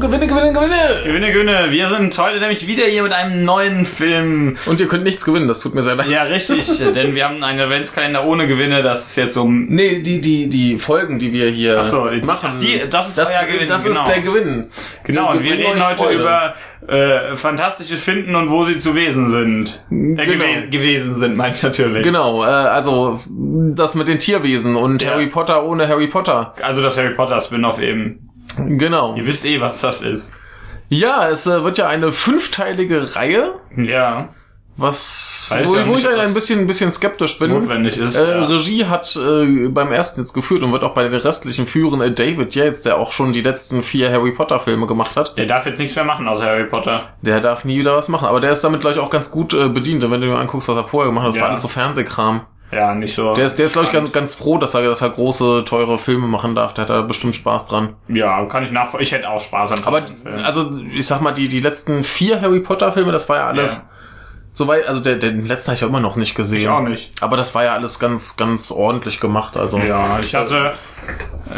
Gewinne, Gewinne, Gewinne! Gewinne, Gewinne. Wir sind heute nämlich wieder hier mit einem neuen Film. Und ihr könnt nichts gewinnen, das tut mir sehr leid. Ja, richtig, denn wir haben einen Adventskalender ohne Gewinne. Das ist jetzt um- so ein. Nee, die, die, die Folgen, die wir hier Ach so, ich- machen. ach, die- das ist euer Gewinn, Das genau. ist der Gewinn. Genau, und wir Gewinn reden euch heute Freude. über äh, fantastisches Finden und wo sie zu Wesen sind. Äh, Genau. gewe gewesen sind, meine ich natürlich. Genau, äh, also f- das mit den Tierwesen und Ja. Harry Potter ohne Harry Potter. Also das Harry Potter Spin-off eben. Genau. Ihr wisst eh, was das ist. Ja, es äh, wird ja eine fünfteilige Reihe, Ja, was Weiß wo, ja wo nicht, ich ob ein das bisschen, ein bisschen skeptisch bin. notwendig ist. Äh, ja. Regie hat äh, beim ersten jetzt geführt und wird auch bei den restlichen führen äh, David Yates, der auch schon die letzten vier Harry Potter Filme gemacht hat. Der darf jetzt nichts mehr machen außer Harry Potter. Der darf nie wieder was machen, aber der ist damit glaube ich auch ganz gut äh, bedient. Und wenn du dir anguckst, was er vorher gemacht hat, das Ja. war alles so Fernsehkram. Ja, nicht so. Der ist, der ist glaube ich ganz, ganz froh, dass er, dass er große teure Filme machen darf. Der hat da bestimmt Spaß dran. ja, kann ich nachvollziehen. Ich hätte auch Spaß an Aber dem Film. also ich sag mal die die letzten vier Harry Potter Filme, das war ja alles. Soweit, also der, der den letzten habe ich ja immer noch nicht gesehen. ich auch nicht. Aber das war ja alles ganz, ganz ordentlich gemacht. Also Ja, ich hatte.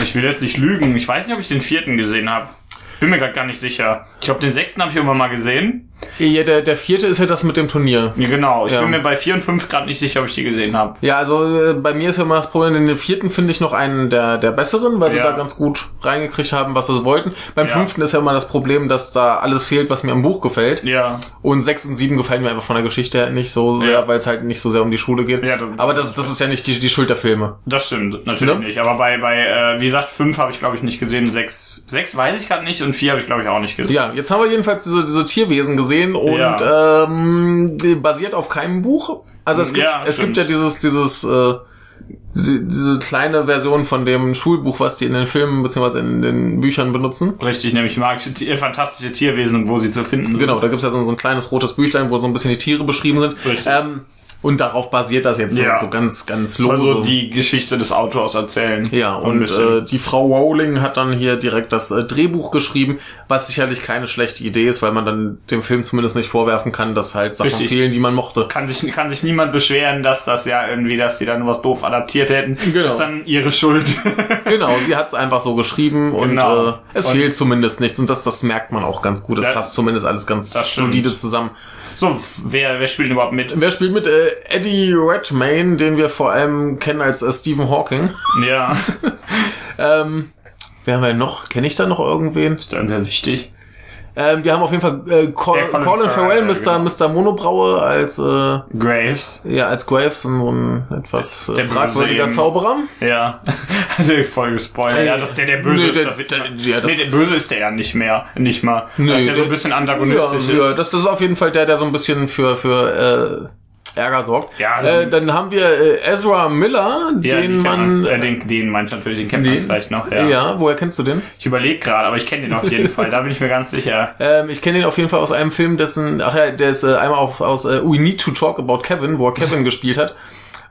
Ich will jetzt nicht lügen. Ich weiß nicht, ob ich den vierten gesehen habe. Bin mir gerade gar nicht sicher. Ich glaube, den sechsten habe ich irgendwann mal gesehen. Ja, der, der vierte ist ja das mit dem Turnier. Ja, genau. Ich Ja. bin mir bei vier und fünf gerade nicht sicher, ob ich die gesehen habe. Ja, also äh, bei mir ist ja immer das Problem, den vierten finde ich noch einen der, der besseren, weil sie Ja. da ganz gut reingekriegt haben, was sie wollten. Beim Ja. fünften ist ja immer das Problem, dass da alles fehlt, was mir am Buch gefällt. Ja. Und sechs und sieben gefallen mir einfach von der Geschichte her nicht so sehr, Ja. weil es halt nicht so sehr um die Schule geht. Ja, das- Aber das, das ist ja nicht die, die Schuld der Filme. Das stimmt, natürlich Ne? nicht. Aber bei, bei äh, wie gesagt, fünf habe ich, glaube ich, nicht gesehen. Sechs, sechs weiß ich gerade nicht und vier habe ich, glaube ich, auch nicht gesehen. Ja, jetzt haben wir jedenfalls diese, diese Tierwesen gesehen und ähm, die basiert auf keinem Buch. Also es gibt, Ja, es stimmt. gibt ja dieses, dieses, äh, die, diese kleine Version von dem Schulbuch, was die in den Filmen bzw. in den Büchern benutzen. Richtig, nämlich magische, Ti- äh, fantastische Tierwesen und wo sie zu finden sind. Genau, da gibt's ja so, so ein kleines rotes Büchlein, wo so ein bisschen die Tiere beschrieben sind. Richtig. Ähm, und darauf basiert das jetzt Ja. so, so ganz, ganz lose. Also die Geschichte des Autors erzählen. Ja, Ein und bisschen. äh, die Frau Rowling hat dann hier direkt das äh, Drehbuch geschrieben, was sicherlich keine schlechte Idee ist, weil man dann dem Film zumindest nicht vorwerfen kann, dass halt Sachen Richtig. fehlen, die man mochte. kann sich, kann sich niemand beschweren, dass das ja irgendwie, dass die dann was doof adaptiert hätten. Genau. Ist dann ihre Schuld. Genau, sie hat es einfach so geschrieben Genau. und äh, es Und- fehlt zumindest nichts und das, das merkt man auch ganz gut. Das Ja. passt zumindest alles ganz Das stimmt. solide zusammen. so, wer, wer spielt denn überhaupt mit? Wer spielt mit? Äh, Eddie Redmayne, den wir vor allem kennen als äh, Stephen Hawking. Ja. Ähm, wer haben wir noch? Kenne ich da noch irgendwen? Ist dann sehr wichtig. Ähm, wir haben auf jeden Fall äh, Col Ja, genau. Colin Colin, Farrell, Farrell, Mr. Mr. Monobraue als äh, Graves. Ja, als Graves und so ein etwas äh, Der fragwürdiger Böse eben. Zauberer. Ja. Also voll gespoilert. Ey. ja, dass der der Böse Nee, ist. der- das, der- ja, das- nee, der Böse ist der ja nicht mehr. Nicht mal. Nee, dass der so ein der- bisschen Ja, antagonistisch ja ist. das, das ist auf jeden Fall der, der so ein bisschen für, für äh, Ärger sorgt. Ja, also- äh, dann haben wir äh, Ezra Miller, ja, den kennt man... Man, äh, den, den meint natürlich, den kennt man den- vielleicht noch. ja. Ja. woher kennst du den? Ich überlege gerade, aber ich kenne den auf jeden Fall. Da bin ich mir ganz sicher. Ähm, ich kenne ihn auf jeden Fall aus einem Film, dessen, ach ja, der ist äh, einmal auf, aus äh, We Need to Talk About Kevin, wo er Kevin gespielt hat.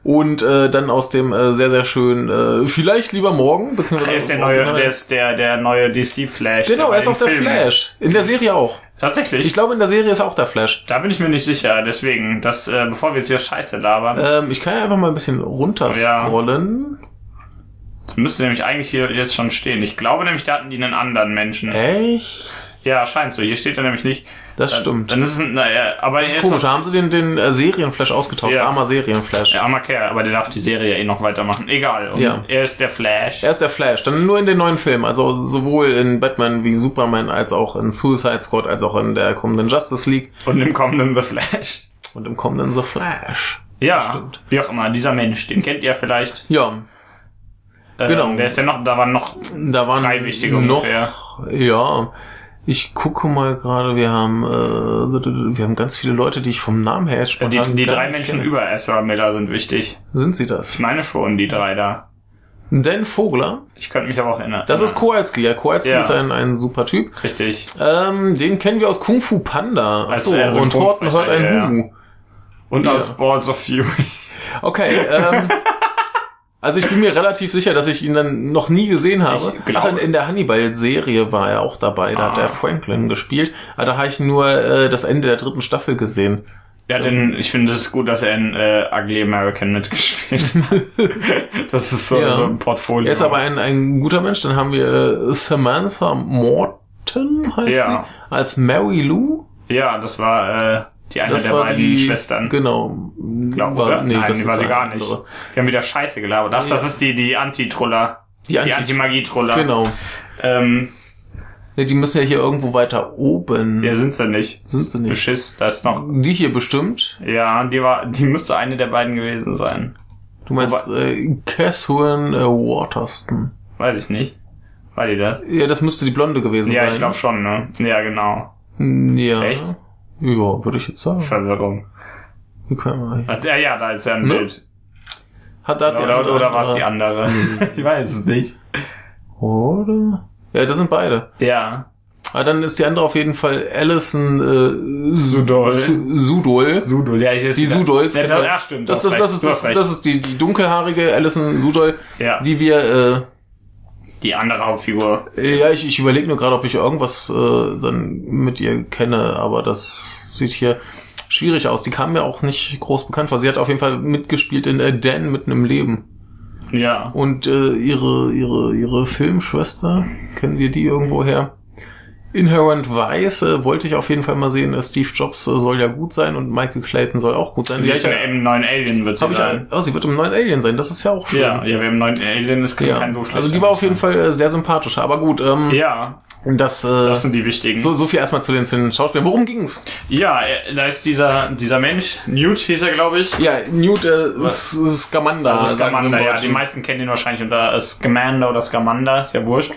Und äh, dann aus dem äh, sehr, sehr schön äh, Vielleicht lieber morgen, beziehungsweise... Der ist der morgen- neue, der ist der, der neue DC Flash. Genau, bei er ist den auch der Filmen- Flash. In der Serie auch. Tatsächlich. Ich glaube, in der Serie ist er auch der Flash. Da bin ich mir nicht sicher, deswegen, das, äh, bevor wir jetzt hier Scheiße labern, Ähm, ich kann ja einfach mal ein bisschen runterscrollen. das müsste nämlich eigentlich hier jetzt schon stehen. Ich glaube nämlich, da hatten die einen anderen Menschen. Echt? Ja, scheint so. Hier steht er nämlich nicht. Äh. Das Dann- stimmt. Dann ist es ein, naja, aber das er ist ist komisch. Da haben sie den, den äh, Serienflash ausgetauscht. Ja. Armer Serienflash. Noch, ja, armer Kerl, aber der darf die Serie ja eh noch weitermachen. Egal. Und Ja. Er ist der Flash. Er ist der Flash. Dann nur in den neuen Filmen. Also sowohl in Batman wie Superman als auch in Suicide Squad als auch in der kommenden Justice League Und im kommenden The Flash. und im kommenden The Flash. Ja, stimmt. wie auch immer, dieser Mensch, den kennt ihr vielleicht. Ja, Ähm, Genau. Wer ist denn noch? Da war noch. äh, da waren Drei wichtige noch. ungefähr. Ja. Ich gucke mal gerade, wir haben äh, wir haben ganz viele Leute, die ich vom Namen her erst äh, Die, spontan die gar drei nicht Menschen kenne. über Ezra Miller sind wichtig. Sind sie das? Ich meine schon, die drei da. Dan Vogler, Ich könnte mich aber auch erinnern. Das ist Kowalski. Ja, Kowalski Ja. ist ein, ein super Typ. Richtig. Ähm, den kennen wir aus Kung Fu Panda. Als Achso, er so ein und Horton hört ein Kumpfsprecher, ja, Huhu. Und Ja. aus Balls of Fury. Okay, ähm, also ich bin mir relativ sicher, dass ich ihn dann noch nie gesehen habe. Ich glaub- Ach, in, in der Hannibal-Serie war er auch dabei. Da hat Ah. er Franklin gespielt. Aber da habe ich nur äh, das Ende der dritten Staffel gesehen. Ja, denn ich finde es gut, dass er in äh, Ugly American mitgespielt hat. das ist so Ja. ein Portfolio. Er ist aber ein, ein guter Mensch. Dann haben wir äh, Samantha Morton. Clifton heißt Ja. sie, als Mary Lou. Ja, das war äh, die eine Das der war beiden die Schwestern. Genau. Glaub, War- oder? Nein, die war sie eine gar nicht. andere. Die haben wieder Scheiße gelabert. Ach, das Ja. ist die, die Anti-Troller. Die Die Anti- Anti-Magie-Troller. Genau. Ähm, Ne, die müssen ja hier irgendwo weiter oben. ja, sind sie nicht. Sind sie nicht. Beschiss, da ist noch. Die hier bestimmt. Ja, die war, die müsste eine der beiden gewesen sein. Du meinst äh, Catherine äh, Waterston. Weiß ich nicht. War die das? Ja, das müsste die Blonde gewesen Ja, sein. ich glaube schon, ne? Ja, genau. schon. Ja. Echt? Ja, würde ich jetzt sagen. Verwirrung. Wir können mal hier. Ach, Ja, ja, da ist ja ein Ne? Bild. Hat da hat sie Oder, andere- oder, war es die andere? ich weiß es nicht. Oder? Ja, das sind beide. Ja. Aber dann ist die andere auf jeden Fall Alison äh, Sudol. Su- Sudol. Sudol, ja, ich ist Die Sudols. Ja, kennt man. da, ach, stimmt. Das, du das, hast das, recht, ist, du das, hast recht. das ist die, die dunkelhaarige Alison Sudol, ja, die wir, die andere Hauptfigur. äh, ja, ich, ich überlege nur gerade, ob ich irgendwas äh, dann mit ihr kenne, aber das sieht hier schwierig aus. Die kam mir auch nicht groß bekannt vor. Sie hat auf jeden Fall mitgespielt in äh, Dan mitten im Leben. Ja. Und äh, ihre, ihre, ihre Filmschwester, kennen wir die irgendwo her? Inherent Vice äh, wollte ich auf jeden Fall mal sehen. Äh, Steve Jobs äh, soll ja gut sein und Michael Clayton soll auch gut sein. Sie Sie hat ist ja, ja im neuen Alien, wird sie hab ich sein. einen. Oh, sie wird im neuen Alien sein. Das ist ja auch schön. Ja, ja, wir haben neuen Alien, das kann Ja, kein so schlecht also die sein. war auf jeden Fall äh, sehr sympathisch. Aber gut, ähm, Ja, das, äh, das sind die wichtigen. so, so viel erstmal zu den, zu den Schauspielern. Worum ging's? Ja, äh, da ist dieser, dieser Mensch, Newt hieß er, glaube ich. Ja, Newt äh, S- Scamander. Also Scamander, ja, sagen sie die im Deutschen. meisten kennen ihn wahrscheinlich unter äh, Scamander oder Scamander, ist ja wurscht.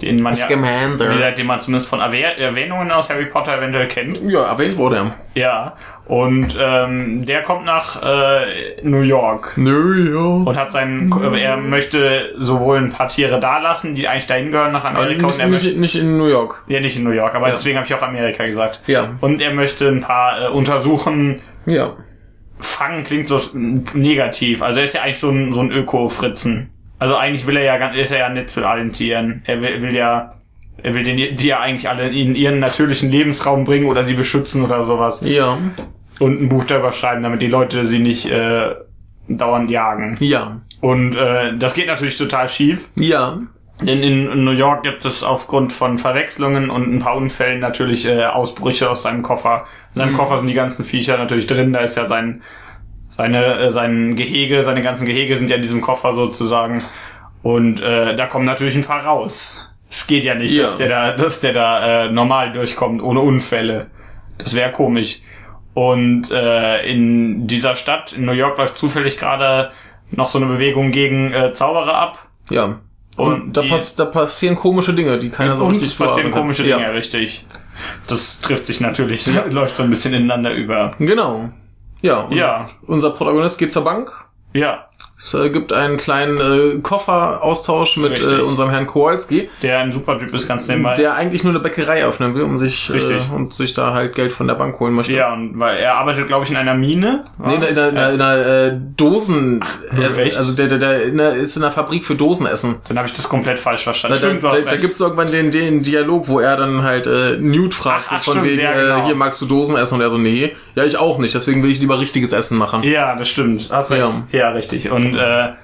Den man ja, Scamander. wie gesagt, den man zumindest von Erwäh- Erwähnungen aus Harry Potter eventuell kennt. Ja, erwähnt wurde er. Ja, und ähm, der kommt nach äh, New York Nö, ja. und hat seinen, Mhm. er möchte sowohl ein paar Tiere dalassen, die eigentlich dahin gehören nach Aber Amerika. und nicht, er möchte, nicht, nicht in New York. ja, nicht in New York, aber Ja. deswegen habe ich auch Amerika gesagt. Ja, Und er möchte ein paar äh, untersuchen. ja. Fangen klingt so n- negativ. Also er ist ja eigentlich so ein, so ein Öko-Fritzen. Also eigentlich will er ja ganz, ist er ja nett zu allen Tieren. Er will, will ja, er will den, die ja eigentlich alle in ihren natürlichen Lebensraum bringen oder sie beschützen oder sowas. Ja, Und ein Buch darüber schreiben, damit die Leute sie nicht äh, dauernd jagen. ja, Und äh, das geht natürlich total schief. ja. Denn in New York gibt es aufgrund von Verwechslungen und ein paar Unfällen natürlich äh, Ausbrüche aus seinem Koffer. In seinem Koffer sind die ganzen Viecher natürlich drin, da ist ja sein seine äh, sein Gehege, seine ganzen Gehege sind ja in diesem Koffer sozusagen und äh, da kommen natürlich ein paar raus. Es geht ja nicht, Ja. dass der da dass der da äh, normal durchkommt ohne Unfälle. Das wäre komisch. Und äh, in dieser Stadt in New York läuft zufällig gerade noch so eine Bewegung gegen äh, Zauberer ab. Ja. Und, da, die- pass, da passieren komische Dinge, die keiner so und richtig es zuordnen passieren kann. komische Dinge, richtig. Das trifft sich natürlich, läuft so ein bisschen ineinander über. Ja. Genau. Ja, und Ja. unser Protagonist geht zur Bank, Ja, Es äh, gibt einen kleinen äh, Kofferaustausch mit Richtig. äh, unserem Herrn Kowalski, der ein super Typ ist ganz nebenbei. der eigentlich nur eine Bäckerei öffnen will, um sich äh, Richtig. und sich da halt Geld von der Bank holen möchte. ja, und weil er arbeitet, glaube ich, in einer Mine. Nee, in einer, in war's? einer, in einer äh, Dosen, Essen, echt? also der, der, der in der, ist in einer Fabrik für Dosenessen. Äh, Dann habe ich das komplett falsch verstanden. Da, Stimmt, du da, da, hast da recht. gibt's irgendwann den, den Dialog, wo er dann halt äh, Newt fragt, Ach, ach, von stimmt, wegen, ja, genau. äh, hier magst du Dosen essen und er so, nee, ja ich auch nicht, deswegen will ich lieber richtiges Essen machen. ja, das stimmt. Hast Ja. recht. Ja, richtig. Und äh, ja,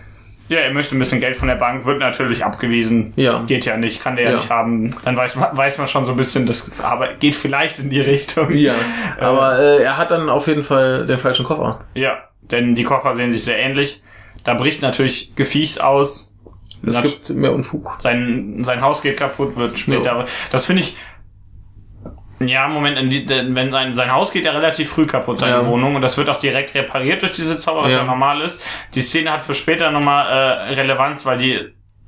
er möchte ein bisschen Geld von der Bank, wird natürlich abgewiesen. Ja. Geht ja nicht, kann der ja, Ja. nicht haben. Dann weiß man, weiß man schon so ein bisschen, das Arbeit geht vielleicht in die Richtung. Ja, aber äh, er hat dann auf jeden Fall den falschen Koffer. Ja, denn die Koffer sehen sich sehr ähnlich. Da bricht natürlich Gefiechs aus. Es Nat- gibt mehr Unfug. sein, sein Haus geht kaputt, wird später. Das finde ich. Ja, im Moment, in die- denn wenn sein, sein Haus geht ja relativ früh kaputt, seine Ja. Wohnung, und das wird auch direkt repariert durch diese Zauber, was ja, Ja. normal ist. Die Szene hat für später nochmal äh, Relevanz, weil die.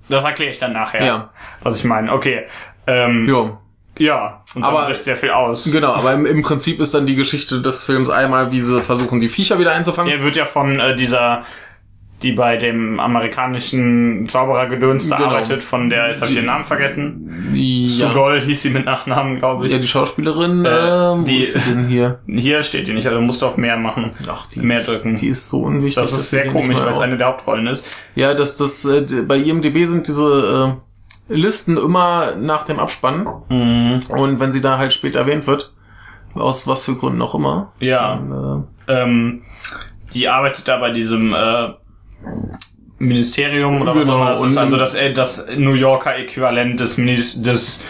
Das erkläre ich dann nachher, Ja. was ich meine. Okay. Ähm, ja. Ja. und Aber- dann bricht sehr viel aus. Genau, aber im, im Prinzip ist dann die Geschichte des Films einmal, wie sie versuchen, die Viecher wieder einzufangen. Er wird ja von äh, dieser, die bei dem amerikanischen Zauberergedöns da Genau. arbeitet, von der, jetzt habe ich den Namen vergessen. Ja, Sudol hieß sie mit Nachnamen, glaube ich. ja die Schauspielerin, Äh, ähm, die- wo ist sie denn hier? Hier steht die nicht, also musst du auf mehr machen. Ach, die Mehr ist, drücken. Die ist so unwichtig. Das, dass ist sie sehr die nicht komisch, mal weil es auf- eine der Hauptrollen ist. Ja, das, das, äh, d- bei IMDB sind diese äh, Listen immer nach dem Abspann. Mhm. Und wenn sie da halt spät erwähnt wird, aus was für Gründen auch immer. Ja, Dann, ähm, die arbeitet da bei diesem äh, Ministerium oder was Genau, auch immer das ist. und- Also das, äh, das New Yorker Äquivalent des, Minis des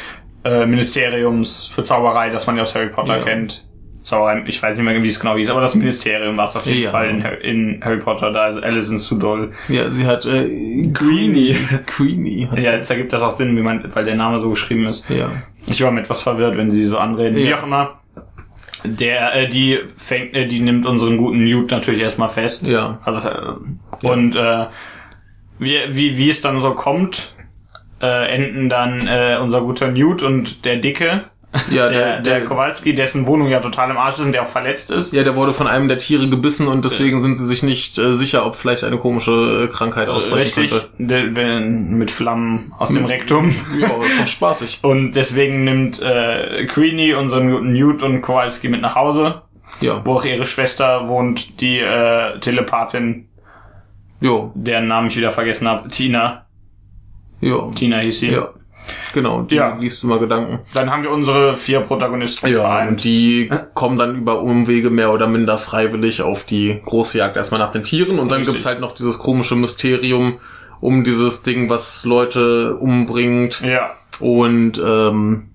äh, Ministeriums für Zauberei, das man ja aus Harry Potter Ja. kennt. Zauberei, ich weiß nicht mehr, wie es genau hieß, aber das Ministerium war es auf jeden Ja. Fall in, Har- in Harry Potter, da ist Alison zu doll. Ja, sie hat äh, Queenie. Queenie. Hat Ja, jetzt ergibt das auch Sinn, wie man, weil der Name so geschrieben ist. sie. ja. Ich war mir etwas verwirrt, wenn sie so anreden. Ja. Wie auch immer. Der, äh, die fängt, äh, die nimmt unseren guten Newt natürlich erstmal fest. Ja. Also, äh, und äh, wie, wie, wie es dann so kommt, äh, enden dann äh, unser guter Newt und der Dicke, Ja, der, der, Kowalski, dessen Wohnung ja total im Arsch ist und der auch verletzt ist. Ja, der wurde von einem der Tiere gebissen und deswegen sind sie sich nicht äh, sicher, ob vielleicht eine komische äh, Krankheit ausbrechen Richtig, könnte. Mhm. der- wenn- mit Flammen aus dem Rektum. Ja, aber ist doch spaßig. Und deswegen nimmt äh, Queenie unseren guten Newt und Kowalski mit nach Hause. Ja, wo auch ihre Schwester wohnt, die äh, Telepathin, jo, deren Namen ich wieder vergessen habe, Tina. jo, Tina hieß sie. ja. Genau, die Ja. liest du mal Gedanken. Dann haben wir unsere vier Protagonisten Ja, und vereint. die kommen dann über Umwege mehr oder minder freiwillig auf die Großjagd erstmal nach den Tieren und dann Richtig. gibt's halt noch dieses komische Mysterium um dieses Ding, was Leute umbringt Ja, und ähm,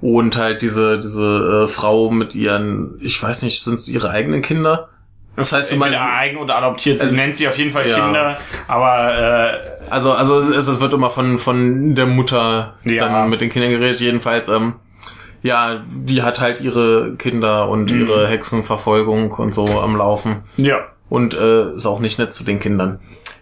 und halt diese diese äh, Frau mit ihren, ich weiß nicht, sind's ihre eigenen Kinder? Das heißt, du entweder meinst, eigen oder adoptiert. Sie Also- nennt sie auf jeden Fall Ja. Kinder, aber äh, Also, also es, es wird immer von, von der Mutter Ja. dann mit den Kindern geredet, jedenfalls, ähm, ja, die hat halt ihre Kinder und Mhm. ihre Hexenverfolgung und so am Laufen. äh, ja. Und äh, ist auch nicht nett zu den Kindern.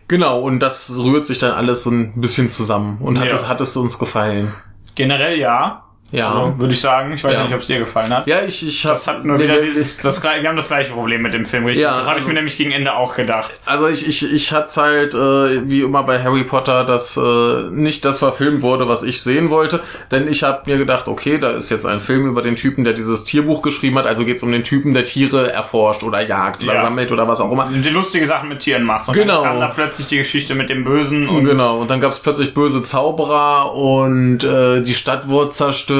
Genau, und das rührt sich dann alles so ein bisschen zusammen. Und hat, Ja. es, hat es uns gefallen. Generell ja, Ja. also, würde ich sagen. Ich weiß Ja. nicht, ob es dir gefallen hat. ja, ich, ich hab, Das hat nur wir- wieder wir- dieses, das, gleiche- wir haben das gleiche Problem mit dem Film, richtig? Ja, das habe ich also- mir nämlich gegen Ende auch gedacht. Also ich, ich, ich hat's halt, äh, wie immer bei Harry Potter, dass äh, nicht das verfilmt wurde, was ich sehen wollte. Denn ich habe mir gedacht, okay, da ist jetzt ein Film über den Typen, der dieses Tierbuch geschrieben hat, also geht's um den Typen, der Tiere erforscht oder jagt oder Ja. sammelt oder was auch immer. Die lustige Sachen mit Tieren macht. Und Genau. dann kam da plötzlich die Geschichte mit dem Bösen und Genau, und dann gab's plötzlich böse Zauberer und äh, die Stadt wurde zerstört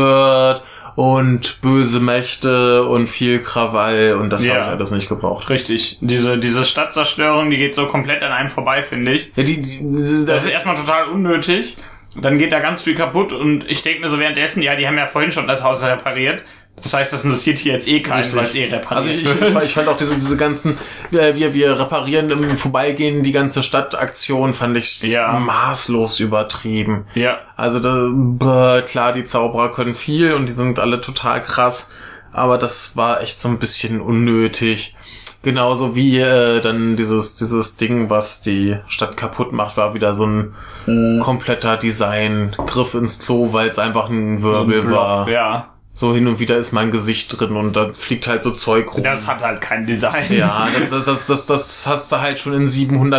und böse Mächte und viel Krawall und das hab Ja. habe ich alles nicht gebraucht. Richtig. Diese, diese Stadtzerstörung, die geht so komplett an einem vorbei, finde ich. Ja, die, die, die, Das ist erstmal total unnötig. Dann geht da ganz viel kaputt und ich denke mir so währenddessen, ja, die haben ja vorhin schon das Haus repariert. Das heißt, das interessiert hier jetzt eh keinen, Richtig. weil es eh repariert Also ich, ich, wird. ich, fand- ich fand auch diese, diese ganzen, äh, wir, wir reparieren im Vorbeigehen die ganze Stadtaktion, fand ich Ja. maßlos übertrieben. ja, Also da, bäh, klar, die Zauberer können viel und die sind alle total krass, aber das war echt so ein bisschen unnötig. Genauso wie äh, dann dieses, dieses Ding, was die Stadt kaputt macht, war wieder so ein Mhm. kompletter Design-Griff ins Klo, weil es einfach ein Wirbel war. ja. So hin und wieder ist mein Gesicht drin und dann fliegt halt so Zeug rum. Das hat halt kein Design. Ja, das, das, das, das, das hast du halt schon in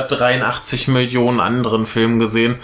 783 Millionen anderen Filmen gesehen.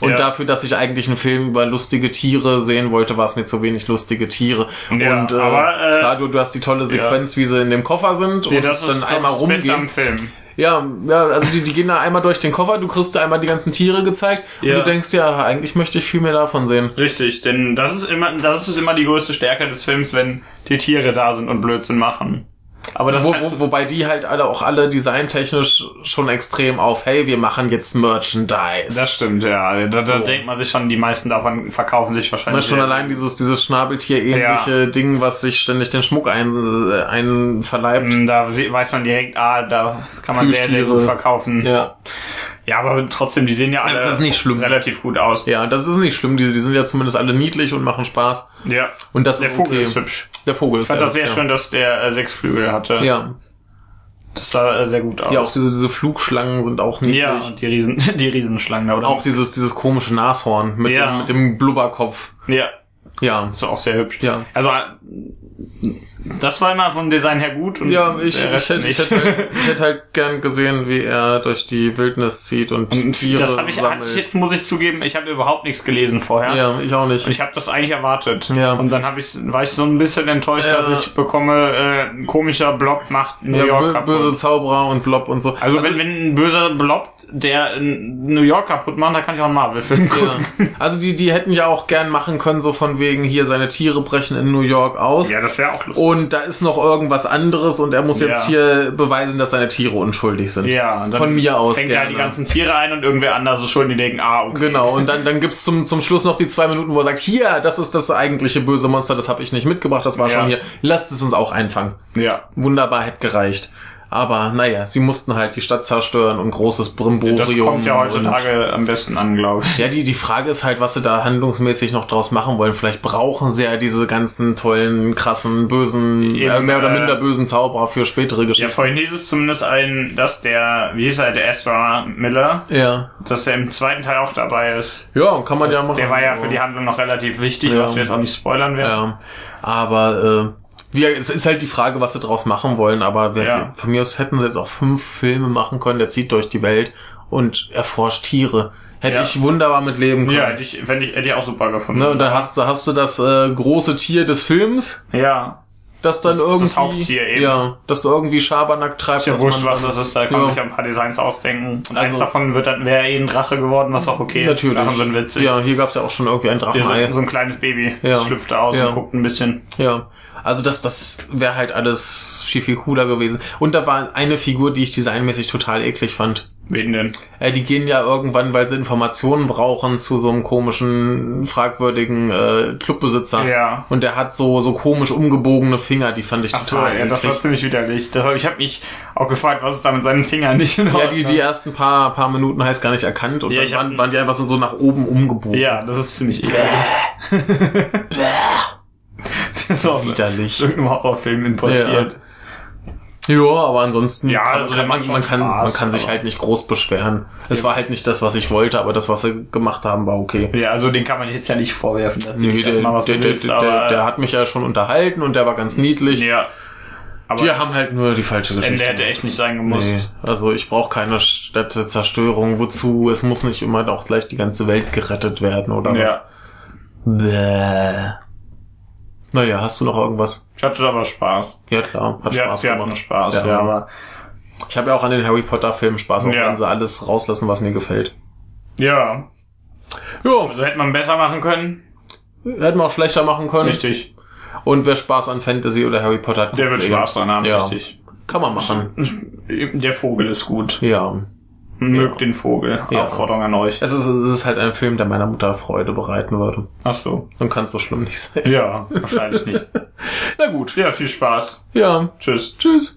Und Ja. dafür, dass ich eigentlich einen Film über lustige Tiere sehen wollte, war es mir zu wenig lustige Tiere. Ja, und äh, aber, äh, klar, du, du hast die tolle Sequenz, wie sie in dem Koffer sind Nee, und das dann ist glaub ich, einmal das Beste am rumgehen. Film. Ja, ja, also die, die gehen da einmal durch den Koffer, du kriegst da einmal die ganzen Tiere gezeigt Ja. und du denkst, ja, eigentlich möchte ich viel mehr davon sehen. Richtig, denn das ist immer, das ist immer die größte Stärke des Films, wenn die Tiere da sind und Blödsinn machen. Aber das Wo, ist halt so- wo, wobei die halt alle auch alle designtechnisch schon extrem auf, hey, wir machen jetzt Merchandise. Das stimmt, ja. Da, da So. denkt man sich schon, die meisten davon verkaufen sich Na, wahrscheinlich. Ne, schon sehr- allein dieses, dieses Schnabeltier-ähnliche Ding, was sich ständig den Schmuck ein, äh, einverleibt. Mm, Da sie- weiß man direkt, ah, da das kann man sehr, sehr Plüschtiere. gut verkaufen. Ja. Ja. aber trotzdem, die sehen ja alle Das ist nicht schlimm. relativ gut aus. Ja, das ist nicht schlimm. Die, die sind ja zumindest alle niedlich und machen Spaß. Ja. Und das Der ist Vogel okay. ist hübsch. Der Vogel ist Ich fand das sehr ja. schön, dass der äh, sechs Flügel hatte. Ja. Das sah äh, sehr gut aus. Ja, auch diese, diese Flugschlangen sind auch niedlich. ja die, Riesen, die Riesenschlangen da, oder? Auch dieses, dieses komische Nashorn mit, Ja. dem, mit dem Blubberkopf. ja, Ja. ist auch sehr hübsch. Ja. Also, äh, das war immer vom Design her gut. Und Ja, ich, der ich, Rest hätte, ich, nicht. hätte halt, ich hätte halt gern gesehen, wie er durch die Wildnis zieht und, Tiere das habe ich, hab sammelt. ich jetzt, muss ich zugeben, ich habe überhaupt nichts gelesen vorher. ja, ich auch nicht. Und ich habe das eigentlich erwartet. Ja. Und dann hab ich, war ich so ein bisschen enttäuscht, Ja. dass ich bekomme, äh, ein komischer Blob macht New ja, York bö- kaputt. böse Zauberer und Blob und so. also, wenn, wenn ein böser Blob, der äh, New York kaputt macht, dann kann ich auch einen Marvel-Film gucken. Ja. Also die, die hätten ja auch gern machen können, so von wegen hier seine Tiere brechen in New York aus. Ja, das wäre auch lustig. und da ist noch irgendwas anderes und er muss jetzt Ja. hier beweisen, dass seine Tiere unschuldig sind. Ja, und dann Von mir aus Fängt er gerne. die ganzen Tiere ein und irgendwer anders ist schuld, die denken, ah, okay. Genau, und dann, dann gibt's zum, zum Schluss noch die zwei Minuten, wo er sagt, hier, das ist das eigentliche böse Monster, das habe ich nicht mitgebracht, das war Ja. schon hier. Lasst es uns auch einfangen. Ja. Wunderbar, hätte gereicht. Aber naja, sie mussten halt die Stadt zerstören und großes Brimborium. Das kommt ja und, heutzutage am besten an, glaube ich. ja, die, die Frage ist halt, was sie da handlungsmäßig noch draus machen wollen. Vielleicht brauchen sie ja diese ganzen tollen, krassen, bösen, Eben, äh, mehr oder äh, minder bösen Zauberer für spätere Ja, Geschichten. vorhin hieß es zumindest ein, dass der, wie hieß er, der Ezra Miller, Ja. dass er im zweiten Teil auch dabei ist. Ja, kann man ja machen. Der war ja Also, für die Handlung noch relativ wichtig, Ja. was wir jetzt auch nicht spoilern werden. Ja, aber äh, wie, es ist halt die Frage, was sie daraus machen wollen. Aber wir, Ja. von mir aus hätten sie jetzt auch fünf Filme machen können. Der zieht durch die Welt und erforscht Tiere. Hätte Ja. ich wunderbar mit leben können. Ja, hätte ich, fänd ich, hätte ich auch super gefunden. Ne, und dann hast du hast du das äh, große Tier des Films, ja, das dann Das- das irgendwie Haupttier eben. ja, das irgendwie Schabernack treibt, ist ja dass wurscht, man- was das ist, da kann Ja. man sich ja ein paar Designs ausdenken. Und eins Also- davon wird dann, wäre eh ein Drache geworden, was auch okay ist. natürlich. Drachen sind witzig. Ja, hier gab's ja auch schon irgendwie ein Der Drachenei. So, so ein kleines Baby, Ja. das schlüpft aus Ja. und guckt ein bisschen. Ja, also das, das wäre halt alles viel, viel cooler gewesen. Und da war eine Figur, die ich designmäßig total eklig fand. Wen denn? Äh, die gehen ja irgendwann, weil sie Informationen brauchen zu so einem komischen, fragwürdigen äh, Clubbesitzer. Ja. Und der hat so, so komisch umgebogene Finger, die fand ich Ach so, total ja, das war eklig. ziemlich widerlich. Das, hab- ich habe mich auch gefragt, was ist da mit seinen Fingern nicht in Ja, die, Ordnung? die ersten paar, paar Minuten heißt gar nicht erkannt und Ja, dann ich hab- waren, waren die einfach so, so nach oben umgebogen. Ja, das ist ziemlich eklig. das ist auch Widerlich. aus irgendeinem Horrorfilm importiert. Ja, aber ansonsten Ja, kann, also der kann man, macht man, schon kann, Spaß, man kann sich aber- halt nicht groß beschweren. Es war halt nicht das, was ich wollte, aber das, was sie gemacht haben, war okay. Ja. also den kann man jetzt ja nicht vorwerfen, dass du Nee, nicht das der, mal was der, du willst, der, aber... der, der hat mich ja schon unterhalten und der war ganz niedlich. ja. Aber Wir haben halt nur die falsche das Ende Geschichte. hätte echt nicht sein gemusst. nee, also ich brauche keine Städtezerstörung. Wozu? Es muss nicht immer auch gleich die ganze Welt gerettet werden oder Ja, was. Bäh. Naja, hast du noch irgendwas? ich hatte aber Spaß. Ja klar, hat ja, Spaß sie hatten gemacht. Spaß, Ja. ja, aber Ich habe ja auch an den Harry Potter Filmen Spaß, auch Ja. wenn sie alles rauslassen, was mir gefällt. ja, Ja, also hätte man besser machen können. hätten wir auch schlechter machen können. Richtig. Und wer Spaß an Fantasy oder Harry Potter hat, Der wird guckt's eh. Spaß dran haben, Ja. richtig. Kann man machen. Der Vogel ist gut. Ja. Mögt den Vogel. Ja. Aufforderung an euch. Es ist, es ist halt ein Film, der meiner Mutter Freude bereiten würde. Ach so. Dann kann es so schlimm nicht sein. Ja, wahrscheinlich nicht. Na gut. Ja, viel Spaß. Ja. Tschüss. Tschüss.